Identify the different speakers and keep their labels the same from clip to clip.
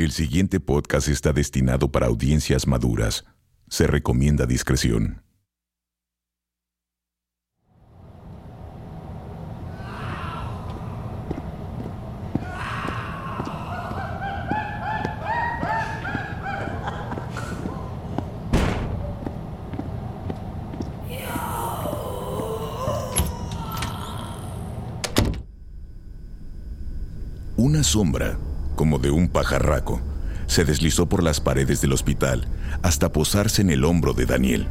Speaker 1: El siguiente podcast está destinado para audiencias maduras. Se recomienda discreción. Una sombra, como de un pajarraco, se deslizó por las paredes del hospital hasta posarse en el hombro de Daniel.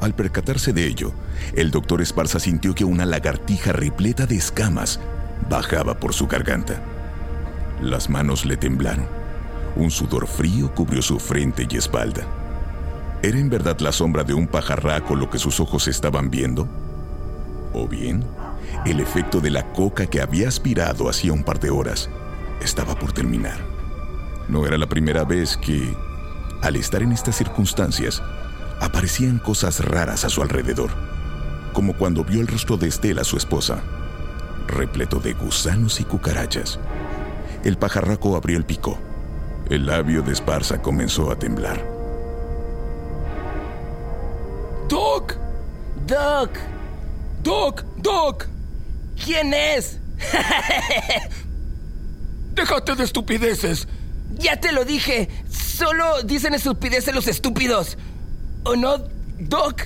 Speaker 1: Al percatarse de ello, el doctor Esparza sintió que una lagartija repleta de escamas bajaba por su garganta. Las manos le temblaron. Un sudor frío cubrió su frente y espalda. ¿Era en verdad la sombra de un pajarraco lo que sus ojos estaban viendo? ¿O bien el efecto de la coca que había aspirado hacía un par de horas estaba por terminar. No era la primera vez que, al estar en estas circunstancias, aparecían cosas raras a su alrededor, como cuando vio el rostro de Estela, su esposa, repleto de gusanos y cucarachas. El pajarraco abrió el pico. El labio de Esparza comenzó a temblar.
Speaker 2: ¡Doc!
Speaker 3: Doc,
Speaker 2: ¡Doc! ¡Doc!
Speaker 3: ¿quién es?
Speaker 2: ¡Déjate de estupideces!
Speaker 3: ya te lo dije. Solo dicen estupideces los estúpidos. ¿O no, Doc?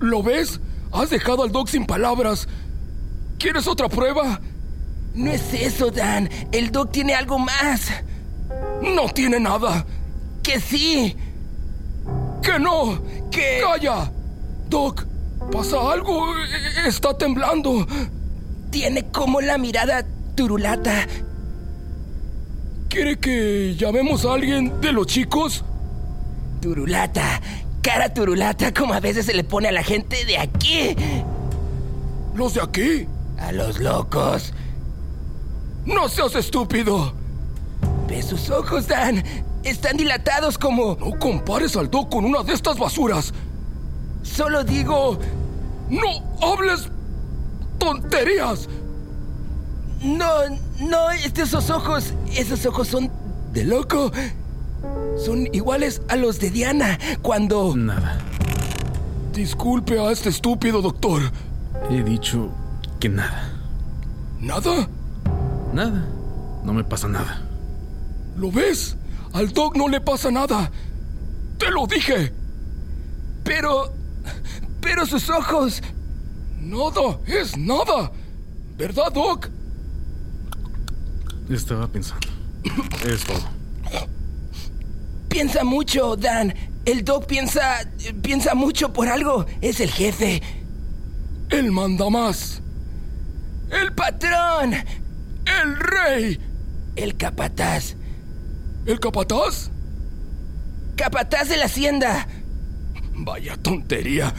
Speaker 2: ¿Lo ves? Has dejado al Doc sin palabras. ¿Quieres otra prueba?
Speaker 3: No es eso, Dan. El Doc tiene algo más.
Speaker 2: No tiene nada.
Speaker 3: Que sí.
Speaker 2: ¡Que no!
Speaker 3: Que...
Speaker 2: ¡Calla! Doc, pasa algo. E- e- Está temblando.
Speaker 3: Tiene como la mirada turulata.
Speaker 2: ¿Quiere que llamemos a alguien de los chicos?
Speaker 3: Turulata. Cara turulata como a veces se le pone a la gente de aquí.
Speaker 2: ¿Los de aquí?
Speaker 3: A los locos.
Speaker 2: ¡No seas estúpido!
Speaker 3: Ve sus ojos, Dan. Están dilatados como...
Speaker 2: No compares al Doc con una de estas basuras.
Speaker 3: Solo digo...
Speaker 2: ¡No hables tonterías!
Speaker 3: No, no, es de esos ojos, esos ojos son de loco. Son iguales a los de Diana cuando...
Speaker 4: Nada.
Speaker 2: Disculpe a este estúpido doctor.
Speaker 4: He dicho que nada.
Speaker 2: ¿Nada?
Speaker 4: Nada. No me pasa nada.
Speaker 2: ¿Lo ves? Al Doc no le pasa nada. ¡Te lo dije!
Speaker 3: Pero... Pero sus ojos...
Speaker 2: Nada es nada. ¿Verdad, Doc?
Speaker 4: Estaba pensando. Es todo.
Speaker 3: Piensa mucho, Dan. El Doc piensa... piensa mucho por algo. Es el jefe.
Speaker 2: Él manda más.
Speaker 3: El patrón.
Speaker 2: ¡El rey!
Speaker 3: El capataz.
Speaker 2: ¿El capataz?
Speaker 3: Capataz de la hacienda.
Speaker 2: Vaya tontería.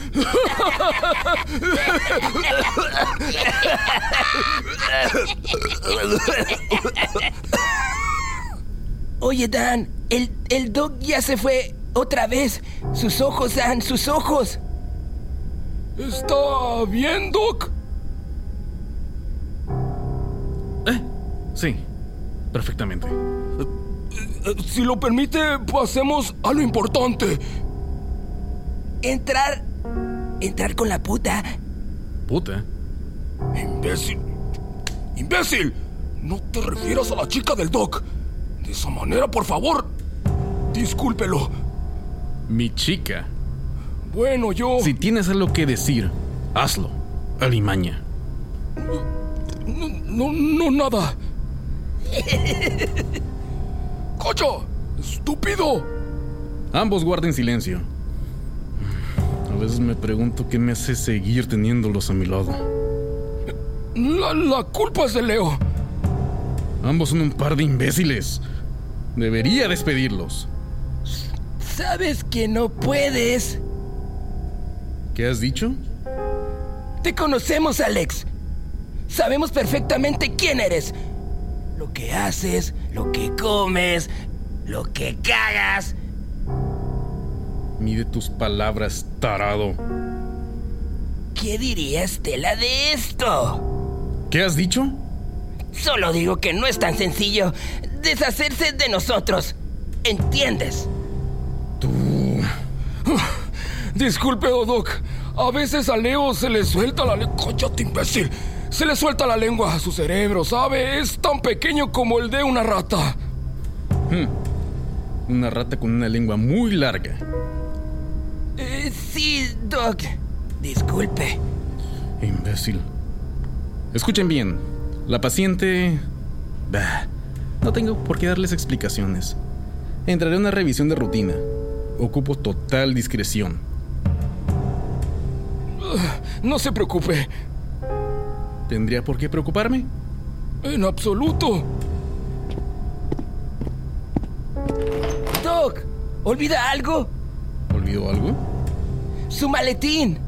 Speaker 3: Oye, Dan. El, el Doc ya se fue otra vez. Sus ojos, Dan. Sus ojos.
Speaker 2: ¿Está bien, Doc?
Speaker 4: ¿Eh? Sí. Perfectamente.
Speaker 2: Eh, Si lo permite, pasemos a lo importante.
Speaker 3: Entrar... Entrar con la puta.
Speaker 4: Puta.
Speaker 2: ¡Imbécil! ¡Imbécil! No te refieras a la chica del Doc. De esa manera, por favor. Discúlpelo.
Speaker 4: Mi chica.
Speaker 2: Bueno, yo...
Speaker 3: Oh.
Speaker 4: Si tienes algo que decir, hazlo. Alimaña.
Speaker 2: No, no, no, nada. ¡Cocho! ¡Estúpido!
Speaker 4: Ambos guarden silencio. A veces me pregunto qué me hace seguir teniéndolos a mi lado.
Speaker 2: La, la culpa es de Leo.
Speaker 4: Ah, Ambos son un par de imbéciles. Debería despedirlos.
Speaker 3: Sabes que no puedes.
Speaker 4: ¿Qué has dicho?
Speaker 3: Te conocemos, Alex. Sabemos perfectamente quién eres. Lo que haces, lo que comes, lo que cagas.
Speaker 4: Mide tus palabras, tarado.
Speaker 3: ¿Qué dirías, Tela, de esto?
Speaker 4: ¿Qué has dicho?
Speaker 3: Solo digo que no es tan sencillo deshacerse de nosotros. ¿Entiendes?
Speaker 2: Disculpe, Dodoc. A veces a Leo se le suelta la lengua. ¡Cállate, imbécil! Se le suelta la lengua a su cerebro, ¿sabe? Es tan pequeño como el de una rata.
Speaker 4: Una rata con una lengua muy larga.
Speaker 3: Eh, sí, Doc. Disculpe.
Speaker 4: Imbécil. Escuchen bien. La paciente... Bah, no tengo por qué darles explicaciones. Entraré a una revisión de rutina. Ocupo total discreción.
Speaker 2: No se preocupe.
Speaker 4: ¿Tendría por qué preocuparme?
Speaker 2: En absoluto.
Speaker 3: Doc, ¿olvida algo?
Speaker 4: ¿Olvidó algo?
Speaker 3: Su maletín.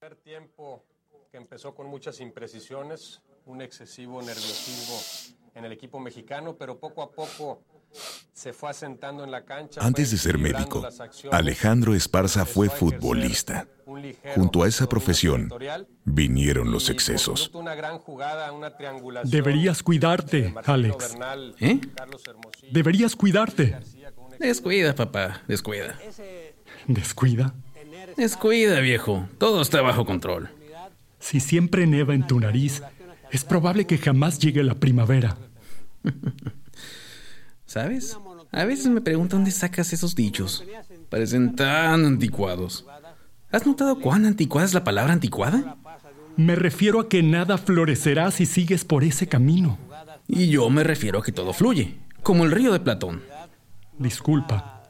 Speaker 5: primer tiempo que empezó con muchas imprecisiones, un excesivo nerviosismo en el equipo mexicano, pero poco a poco se fue asentando en la cancha.
Speaker 1: Antes
Speaker 5: fue
Speaker 1: de ser
Speaker 5: equilibrando
Speaker 1: médico,
Speaker 5: las acciones,
Speaker 1: Alejandro Esparza
Speaker 5: empezó
Speaker 1: fue
Speaker 5: a ejercer
Speaker 1: futbolista.
Speaker 5: un ligero
Speaker 1: Junto a esa
Speaker 5: dominio
Speaker 1: profesión
Speaker 5: territorial
Speaker 1: vinieron los
Speaker 5: y, por
Speaker 1: excesos.
Speaker 5: producto de una gran jugada, una triangulación
Speaker 6: Deberías
Speaker 5: de
Speaker 6: cuidarte,
Speaker 5: Marcelo
Speaker 6: Alex.
Speaker 5: Bernal,
Speaker 4: ¿Eh?
Speaker 5: Carlos Hermosillo,
Speaker 6: Deberías cuidarte.
Speaker 4: Descuida, papá. Descuida.
Speaker 6: Descuida.
Speaker 4: Descuida, viejo. Todo está bajo control.
Speaker 6: Si siempre neva en tu nariz, es probable que jamás llegue la primavera.
Speaker 4: ¿Sabes? A veces me pregunto dónde sacas esos dichos. Parecen tan anticuados. ¿Has notado cuán anticuada es la palabra anticuada?
Speaker 6: Me refiero a que nada florecerá si sigues por ese camino.
Speaker 4: Y yo me refiero a que todo fluye, como el río de Platón.
Speaker 6: Disculpa,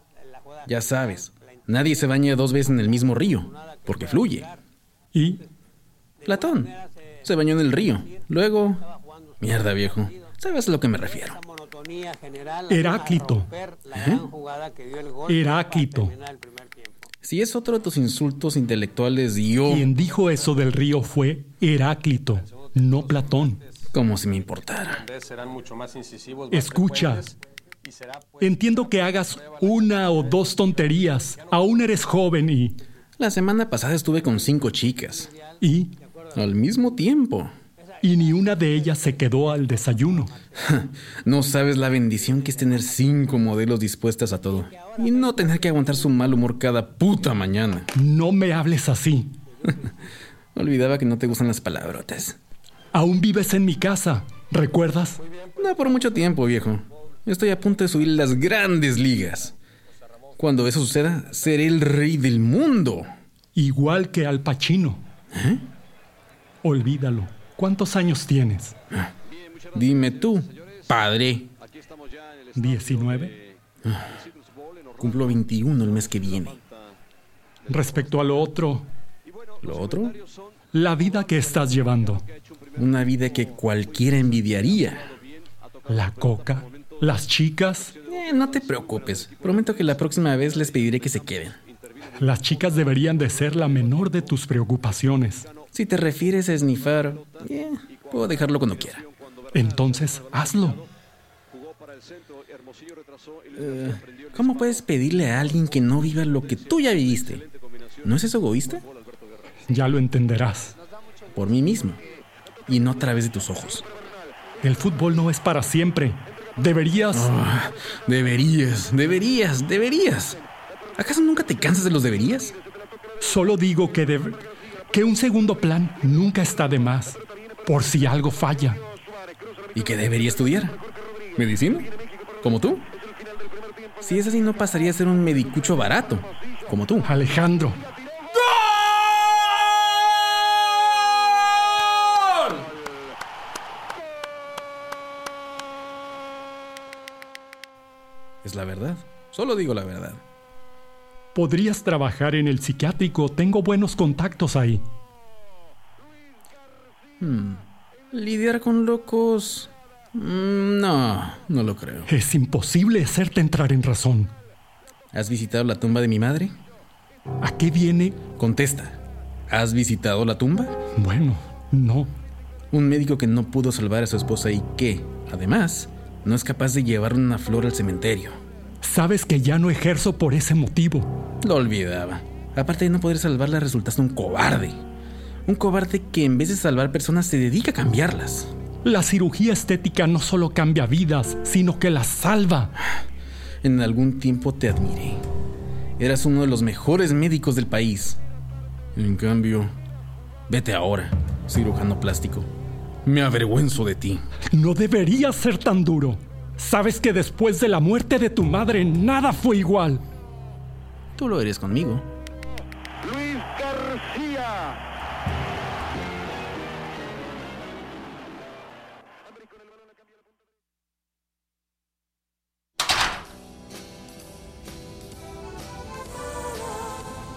Speaker 4: Ya sabes, nadie se baña dos veces en el mismo río, porque fluye.
Speaker 6: ¿y
Speaker 4: Platón se bañó en el río, luego... Mierda, viejo. ¿Sabes a lo que me refiero?
Speaker 7: monotonía general
Speaker 6: Heráclito.
Speaker 7: hasta romper la gran jugada que dio el gol
Speaker 6: Heráclito.
Speaker 7: para terminar el primer tiempo.
Speaker 4: Si es otro de tus insultos intelectuales, yo...
Speaker 6: Quien dijo eso del río fue Heráclito, no Platón.
Speaker 4: Como si me importara.
Speaker 5: vez serán mucho más incisivos. más
Speaker 6: Escucha.
Speaker 5: frecuentes, y será, pues,
Speaker 6: Entiendo que hagas una o dos tonterías. Aún eres joven y...
Speaker 4: La semana pasada estuve con cinco chicas,
Speaker 6: y...
Speaker 4: al mismo tiempo.
Speaker 6: y ni una de ellas se quedó al desayuno.
Speaker 4: No sabes la bendición que es tener cinco modelos dispuestas a todo. Y no tener que aguantar su mal humor cada puta mañana.
Speaker 6: No me hables así.
Speaker 4: Olvidaba que no te gustan las palabrotas.
Speaker 6: Aún vives en mi casa, ¿recuerdas?
Speaker 4: No por mucho tiempo, viejo. Estoy a punto de subir las grandes ligas. Cuando eso suceda, seré el rey del mundo.
Speaker 6: Igual que Al Pacino. Olvídalo. ¿Cuántos años tienes?
Speaker 4: Dime tú, padre.
Speaker 6: ¿19?
Speaker 4: Cumplo 21 el mes que viene.
Speaker 6: Respecto a lo otro,
Speaker 4: ¿Lo otro?
Speaker 6: la vida que estás llevando,
Speaker 4: Una vida que cualquiera envidiaría.
Speaker 6: la coca, las chicas,
Speaker 4: Eh, no te preocupes. Prometo que la próxima vez les pediré que se queden.
Speaker 6: las chicas deberían de ser la menor de tus preocupaciones.
Speaker 4: Si te refieres a snifar, eh, puedo dejarlo cuando quiera.
Speaker 6: Entonces, hazlo.
Speaker 4: ¿Cómo puedes pedirle a alguien que no viva lo que tú ya viviste? ¿No es eso egoísta?
Speaker 6: Ya lo entenderás.
Speaker 4: Por mí mismo. Y no a través de tus ojos.
Speaker 6: El fútbol no es para siempre. Deberías...
Speaker 4: Ah, deberías, deberías, deberías. ¿Acaso nunca te cansas de los deberías?
Speaker 6: Solo digo que, deb- que un segundo plan nunca está de más, por si algo falla.
Speaker 4: ¿Y qué debería estudiar? ¿Medicina? ¿Como tú? Si es así, no pasaría a ser un medicucho barato. Como tú.
Speaker 6: Alejandro,
Speaker 4: Es la verdad. Solo digo la verdad.
Speaker 6: Podrías trabajar en el psiquiátrico, tengo buenos contactos ahí.
Speaker 4: Lidiar con locos... Mm, No, no lo creo.
Speaker 6: Es imposible hacerte entrar en razón.
Speaker 4: ¿Has visitado la tumba de mi madre?
Speaker 6: ¿A qué viene?
Speaker 4: Contesta. ¿Has visitado la tumba?
Speaker 6: Bueno, no.
Speaker 4: Un médico que no pudo salvar a su esposa y que, además, no es capaz de llevar una flor al cementerio.
Speaker 6: Sabes que ya no ejerzo por ese motivo.
Speaker 4: Lo olvidaba. Aparte de no poder salvarla, resultaste un cobarde. Un cobarde que en vez de salvar personas se dedica a cambiarlas.
Speaker 6: La cirugía estética no solo cambia vidas, sino que las salva.
Speaker 4: En algún tiempo te admiré. Eras uno de los mejores médicos del país. En cambio, vete ahora, cirujano plástico. Me avergüenzo de ti.
Speaker 6: No deberías ser tan duro. Sabes que después de la muerte de tu madre nada fue igual.
Speaker 4: Tú lo eres conmigo.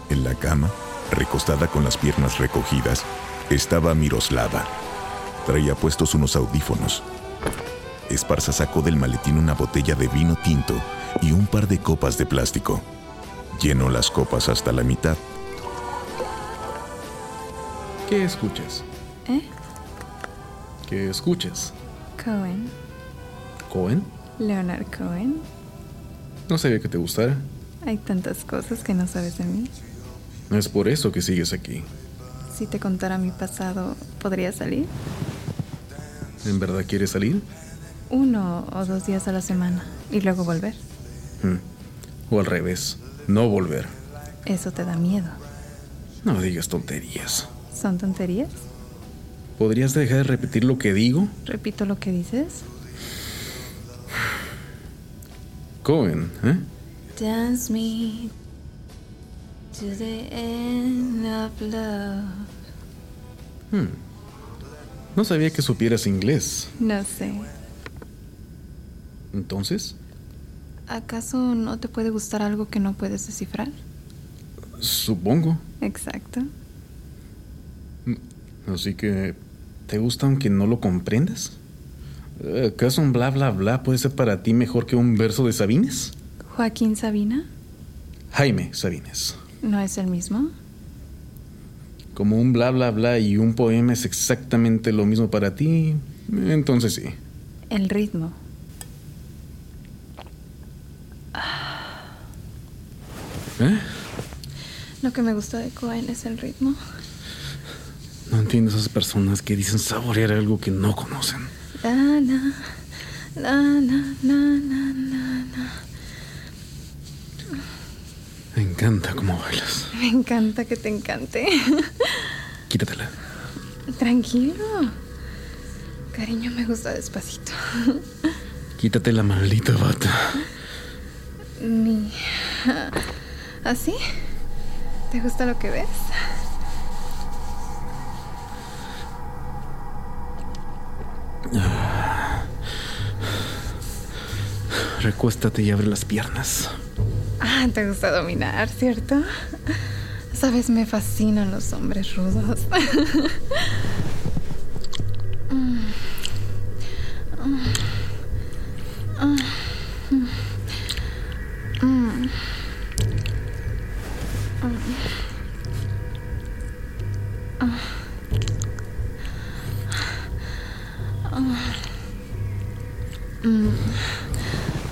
Speaker 1: En la cama, recostada con las piernas recogidas, estaba Miroslava. Traía puestos unos audífonos. Esparza sacó del maletín una botella de vino tinto y un par de copas de plástico. Llenó las copas hasta la mitad.
Speaker 4: ¿Qué escuchas?
Speaker 8: ¿Eh?
Speaker 4: ¿Qué escuchas?
Speaker 8: Cohen.
Speaker 4: ¿Cohen?
Speaker 8: Leonard Cohen.
Speaker 4: No sabía que te gustara.
Speaker 8: Hay tantas cosas que no sabes de mí.
Speaker 4: No es por eso que sigues aquí.
Speaker 8: Si te contara mi pasado, ¿podría salir?
Speaker 4: ¿En verdad quieres salir?
Speaker 8: Uno o dos días a la semana y luego volver.
Speaker 4: Mm. O al revés, no volver.
Speaker 8: Eso te da miedo.
Speaker 4: No digas tonterías.
Speaker 8: ¿Son tonterías?
Speaker 4: ¿Podrías dejar de repetir lo que digo?
Speaker 8: Repito lo que dices.
Speaker 4: Cohen, ¿eh?
Speaker 8: Dance me to the end of love.
Speaker 4: No sabía que supieras inglés.
Speaker 8: No sé.
Speaker 4: Entonces,
Speaker 8: ¿Acaso no te puede gustar algo que no puedes descifrar?
Speaker 4: supongo.
Speaker 8: Exacto.
Speaker 4: Así que, ¿te gusta aunque no lo comprendas? ¿Acaso un bla bla bla puede ser para ti mejor que un verso de Sabines?
Speaker 8: Joaquín Sabina
Speaker 4: Jaime Sabines.
Speaker 8: no es el mismo.
Speaker 4: Como un bla bla bla y un poema es exactamente lo mismo para ti, entonces sí.
Speaker 8: El ritmo.
Speaker 4: ¿Eh?
Speaker 8: Lo que me gusta de Cohen es el ritmo.
Speaker 4: No entiendo esas personas que dicen saborear algo que no conocen.
Speaker 8: La, la, la, la, la, la, la, la.
Speaker 4: Me encanta cómo bailas.
Speaker 8: Me encanta que te encante.
Speaker 4: Quítatela.
Speaker 8: Tranquilo. Cariño, me gusta despacito.
Speaker 4: Quítate la maldita bata.
Speaker 8: Mi... ah, ¿Así? ¿Te gusta lo que ves?
Speaker 4: Recuéstate y abre las piernas.
Speaker 8: Ah, te gusta dominar, ¿cierto? Sabes, me fascinan los hombres rudos.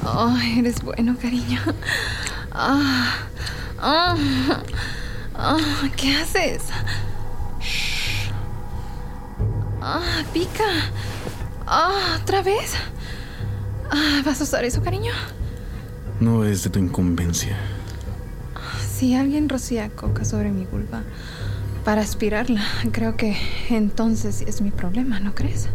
Speaker 8: Oh, eres bueno, cariño. Ah, ah, ah, ¿Qué haces? Ah, pica. Ah, ¿Otra vez? Ah, ¿Vas a usar eso, cariño?
Speaker 4: No es de tu incumbencia.
Speaker 8: Si alguien rocía coca sobre mi vulva para aspirarla, creo que entonces es mi problema, ¿no crees?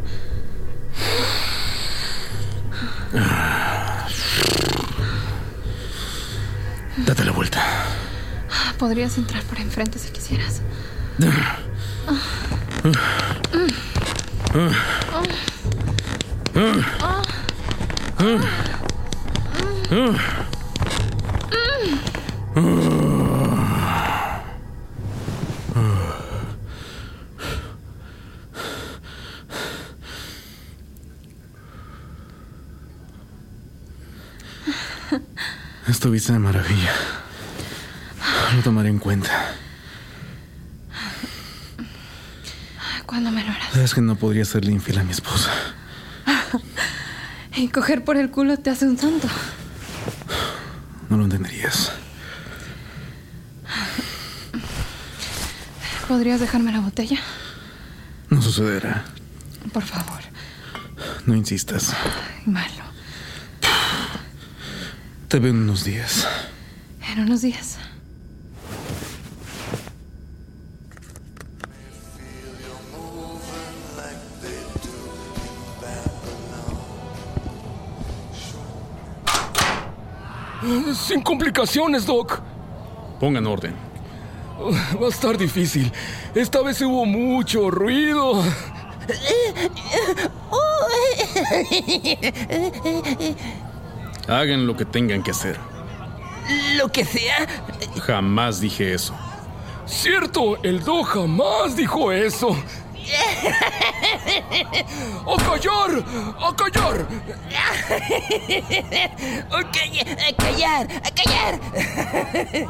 Speaker 4: Date la vuelta.
Speaker 8: Ah, Podrías entrar por enfrente si quisieras.
Speaker 4: Estuviste de maravilla. Lo tomaré en cuenta.
Speaker 8: Ah, Cuando me lo harás.
Speaker 4: Sabes que no podría serle infiel a mi esposa.
Speaker 8: Y coger por el culo te hace un santo.
Speaker 4: No lo entenderías.
Speaker 8: ¿Podrías dejarme la botella?
Speaker 4: No sucederá.
Speaker 8: Por favor.
Speaker 4: No insistas.
Speaker 8: Malo.
Speaker 4: Te veo en unos días.
Speaker 8: En unos días.
Speaker 2: Sin complicaciones, Doc.
Speaker 4: Pongan orden.
Speaker 2: Va a estar difícil. Esta vez hubo mucho ruido.
Speaker 4: Hagan lo que tengan que hacer.
Speaker 3: Lo que sea.
Speaker 4: Jamás dije eso.
Speaker 2: Cierto, el Doc jamás dijo eso. ¡A callar! ¡A callar!
Speaker 3: Ok, a callar, a callar.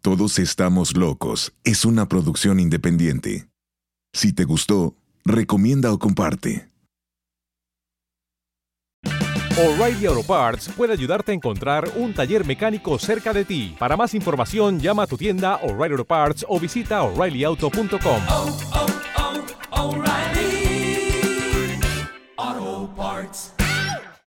Speaker 1: Todos Estamos Locos es una producción independiente. Si te gustó, recomienda o comparte.
Speaker 9: O'Reilly Auto Parts puede ayudarte a encontrar un taller mecánico cerca de ti. Para más información, llama a tu tienda O'Reilly Auto Parts o visita oreillyauto.com.
Speaker 7: oh, oh, oh,